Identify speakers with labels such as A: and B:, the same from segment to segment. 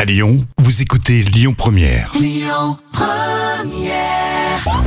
A: À Lyon, vous écoutez Lyon Première. Lyon Première.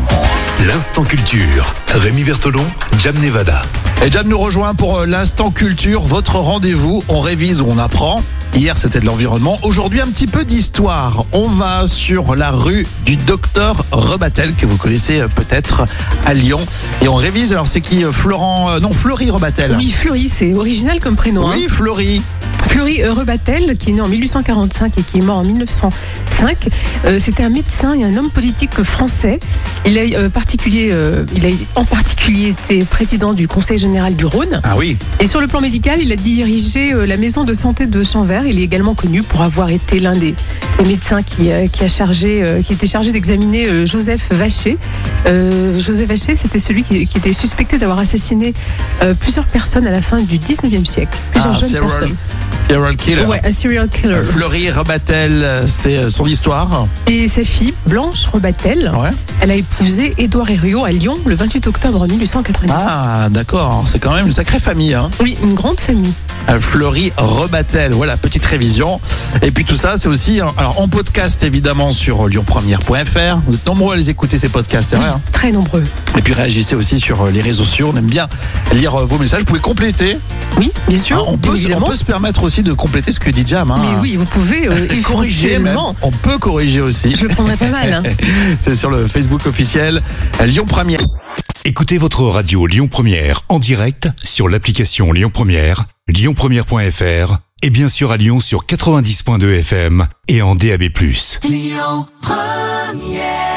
A: L'instant culture. Rémi Bertolon, Jam Nevada.
B: Et Jam nous rejoint pour euh, l'instant culture, votre rendez-vous. On révise, on apprend. Hier, c'était de l'environnement. Aujourd'hui, un petit peu d'histoire. On va sur la rue du docteur Rebatel, que vous connaissez euh, peut-être à Lyon. Et on révise. Alors, c'est qui euh, Florent. euh, non, Fleury Rebatel.
C: Oui, Fleury, c'est original comme prénom. hein.
B: Oui, Fleury.
C: Fleury euh, Rebatel, qui est né en 1845 et qui est mort en 1905, euh, c'était un médecin et un homme politique français. Il a, euh, particulier, euh, il a en particulier été président du Conseil général du Rhône.
B: Ah oui.
C: Et sur le plan médical, il a dirigé euh, la maison de santé de Chanvert. Il est également connu pour avoir été l'un des, des médecins qui, euh, qui a chargé, euh, qui était chargé d'examiner euh, Joseph Vacher. Euh, Joseph Vacher, c'était celui qui, qui était suspecté d'avoir assassiné euh, plusieurs personnes à la fin du 19e siècle. Plusieurs
B: Ah,
C: jeunes
B: serial-
C: personnes.
B: serial killer.
C: Ouais, un serial killer.
B: Fleury Rebatel, euh, c'est euh, son histoire.
C: Et sa fille, Blanche Rebatel,
B: Ouais.
C: elle a épousé Édouard Herriot à Lyon le 28 octobre 1890.
B: Ah, d'accord. C'est quand même une sacrée famille. Hein.
C: Oui, une grande famille.
B: Euh, Fleury Rebatel. Voilà, petite révision. Et puis tout ça, c'est aussi hein, alors en podcast évidemment sur lyonpremière.fr. Vous êtes nombreux à les écouter ces podcasts, c'est vrai. hein.
C: Très nombreux.
B: Et puis réagissez aussi sur euh, les réseaux sociaux. On aime bien lire euh, vos messages. Vous pouvez compléter.
C: Oui, bien sûr.
B: hein. on, peut,
C: bien
B: se- on
C: évidemment.
B: peut se permettre aussi de compléter ce que dit Jam. hein.
C: Mais oui, vous pouvez euh,
B: Et corriger même.
C: éventuellement.
B: On peut corriger aussi.
C: Je le prendrais pas mal. hein.
B: C'est sur le Facebook officiel euh, Lyon Première.
A: Écoutez votre radio Lyon Première en direct sur l'application Lyon Première, lyonpremière.fr et bien sûr à Lyon sur 90.2 FM et en DAB+.
D: Lyon Première